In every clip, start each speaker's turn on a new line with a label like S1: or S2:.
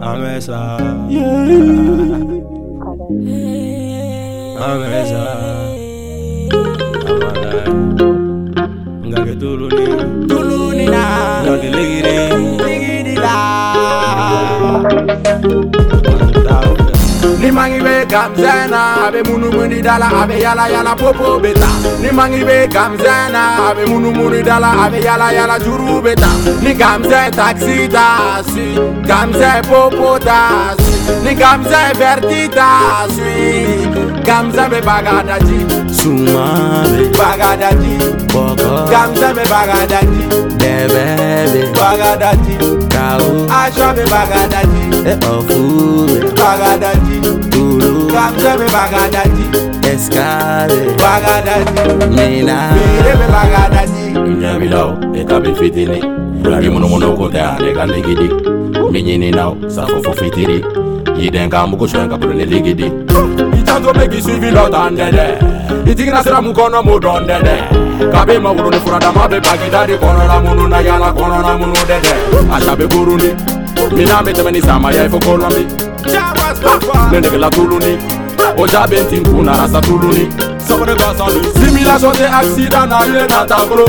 S1: amesa amesa amala ngake tuluni
S2: tulunina
S1: nokiligiri
S2: ligidila nimangi be kamzɛna a be munumuni dala a be yalayala popo be ta nimangi be kamzɛna a be munumuni dala a be yalayala juru be ta ni kamzɛ taksi ta si kamzɛ popo ta si ni kamzɛ verti ta si kamzɛ be bagadaji
S1: sumabe
S2: bagadaji
S1: bɔkɔ
S2: kamzɛ be bagadaji
S1: dɛbɛbe
S2: bagadaji
S1: kawo
S2: aṣọ mi bagadaji
S1: e ɔfube
S2: bagadaji
S1: tulu
S2: kamsẹ mi bagadaji
S1: ɛskabe
S2: bagadaji
S1: mina
S2: fèrè mi bagadaji.
S3: Nyamilaw, eta be fitini. Bulari munumunu ko ta ne ka ligidi. Minyini naw, safo fo fitiri. Yiden ka mugu shwen ka bulani ligidi. Itanzo be ki suivi lo tan dede. Itigina sira mu kono mu don dede. Kabe ma wuru ni fura dama be bagida di kono la munu na yala kono la munu dede. Asha be guru ni. Mina me temeni sama ya ifo kolwa mi.
S2: jawa sọfọ.
S3: Ne nege la tulu ni. Oh, Oja be ntin kuna rasa tulu ni. Sabore ba salu. Simulation de accident na ye na takolo.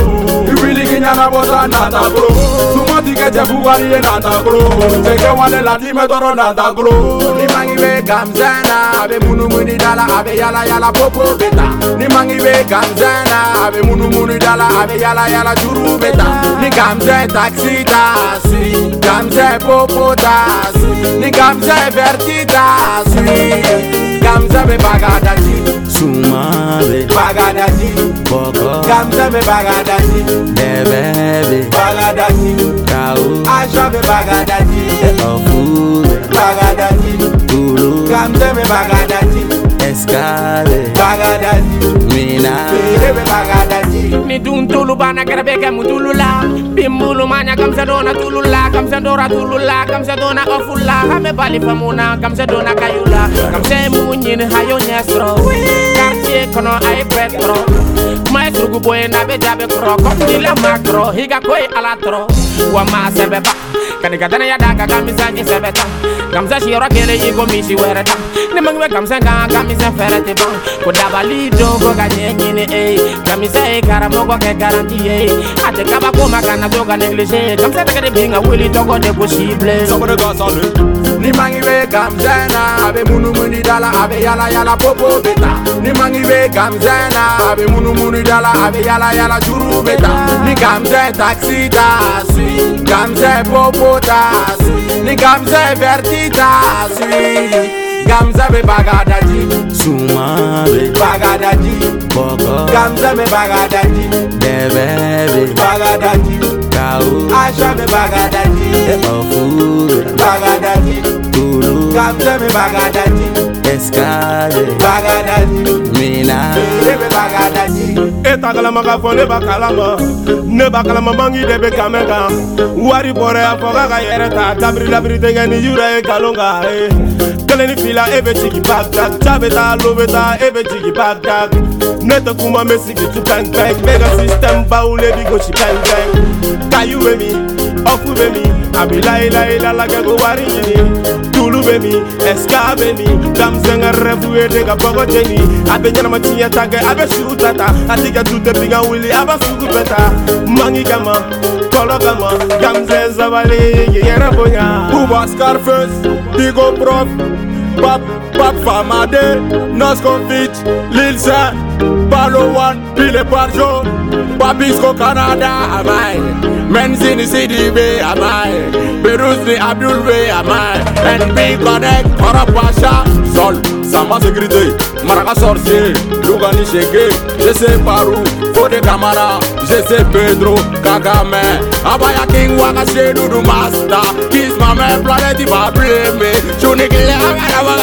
S3: ibiliki ɲanabɔta natakolo sumatike jɛfugari ye natakolo cɛkɛ wale ladimɛ tɔrɔ natakolo
S2: ni mangi bɛ kamsẹ na a bɛ munumunu da la a bɛ yalayala popo bɛ ta. ni mangi bɛ kamsẹ na a bɛ munumunu da la a bɛ yalayala juru bɛ ta. ni kamsẹ takisi ta si kamsẹ popo ta si ni kamsẹ vɛriti ta si kamsẹ bɛ bagadaji.
S1: sumabe
S2: bagadaji
S1: bɔkɔ
S2: gamza be bagadaji
S1: dɛbɛbe
S2: bagadaji
S1: kawo
S2: asha be
S1: e
S2: bagadaji
S1: ɔfube
S2: bagadaji
S1: tulu
S2: gamza be bagadaji
S1: ɛskabe
S2: bagadaji
S1: mina
S2: fere be bagadaji
S4: ni dun tulu bana kɛrɛbɛ kɛ mun tulu la binbulu maɲa kamisa dona tulu la kamisa dora tulu la kamisa dona ɔfu la hamɛ bali famu na kamisa dona kayu la kamisa ye mun ɲini hayo ɲɛ sɔrɔ kartie kɔnɔ a ye bɛɛ tɔrɔ kuma ye surugubo ye na bɛ jaabi kɔrɔ kɔfugila ma kɔrɔ higa ko ye ala tɔrɔ wa ma sɛbɛba kani ka danaya da ka kamisa ji sɛbɛ tan kamisa siyɔrɔ kelen y'i ko misi wɛrɛ tan ne mangi bɛ kamisa kan kamisa fɛrɛ tɛ ban ko dabali do ko ka ɲɛ ɲini e ye kamisa ye karamɔgɔ kɛ garanti ye a tɛ kabako ma ka na to ka neglige kamisa tɛgɛ de bin ka wuli tɔgɔ de ko si bilen
S3: sabɔde ka salu
S2: ni mangi be gamza na a be munumunu da la a be yalayala popo be ta. ni mangi be gamza na a be munumunu da la a be yalayala juru bɛ ta. ni gamza taksi ta si gamza popo ta si ni gamza verti ta si gamza be bagadaji
S1: sumabe
S2: bagadaji
S1: bɔkɔ
S2: gamza be bagadaji
S1: dɛbɛbe
S2: bagadaji
S1: kawo
S2: asha be
S1: e
S2: bagadaji
S1: ɔfube
S2: bagadaji
S1: tulu
S2: gamza be bagadaji
S1: ɛskabe
S2: bagadaji
S1: mina
S2: Lebe bagadaji,
S5: e ta kalama ka fɔ ne b'a kalama ne b'a kalama mangi de bɛ kamɛ kan wari bɔra a fɔ k'a ka yɛrɛ ta dabiri dabiri denkɛ ni yura e ye nkalon kan ye kelen ni fila e bɛ jigin bagdad ja bɛ taa lo bɛ taa e bɛ jigin bagdad ne tɛ kuma n bɛ sigi tu pɛnpɛn ne ka système baw le bi gosi pɛnpɛn kayu bɛ min ɔfu bɛ min a bi layilayila lagɛ ko wari ɲini tulu bɛ min ɛska bɛ min damisɛnga rɛfu ye de ka bɔgɔ jeni a bɛ ɲɛnama tiɲɛ ta kɛ a bɛ suru ta ta a ti kɛ tu tɛ bin ka wuli a b'a sugu bɛɛ ta mangi kama kɔlɔ kama gamisɛn sabali k'i yɛrɛ bonya
S3: buba scarface digo prof pap pap famade noscovic lilse balowan bile parjo babisco canada amai menzini sidibe amai berusni abdulbe amai nb connect korapasha sol samba sécurité maraka sorcier lugani shege jese paru fode kamara jese pedro kagame abaya king waka shedudu master kiss mame planeti babreme chunikile agaraba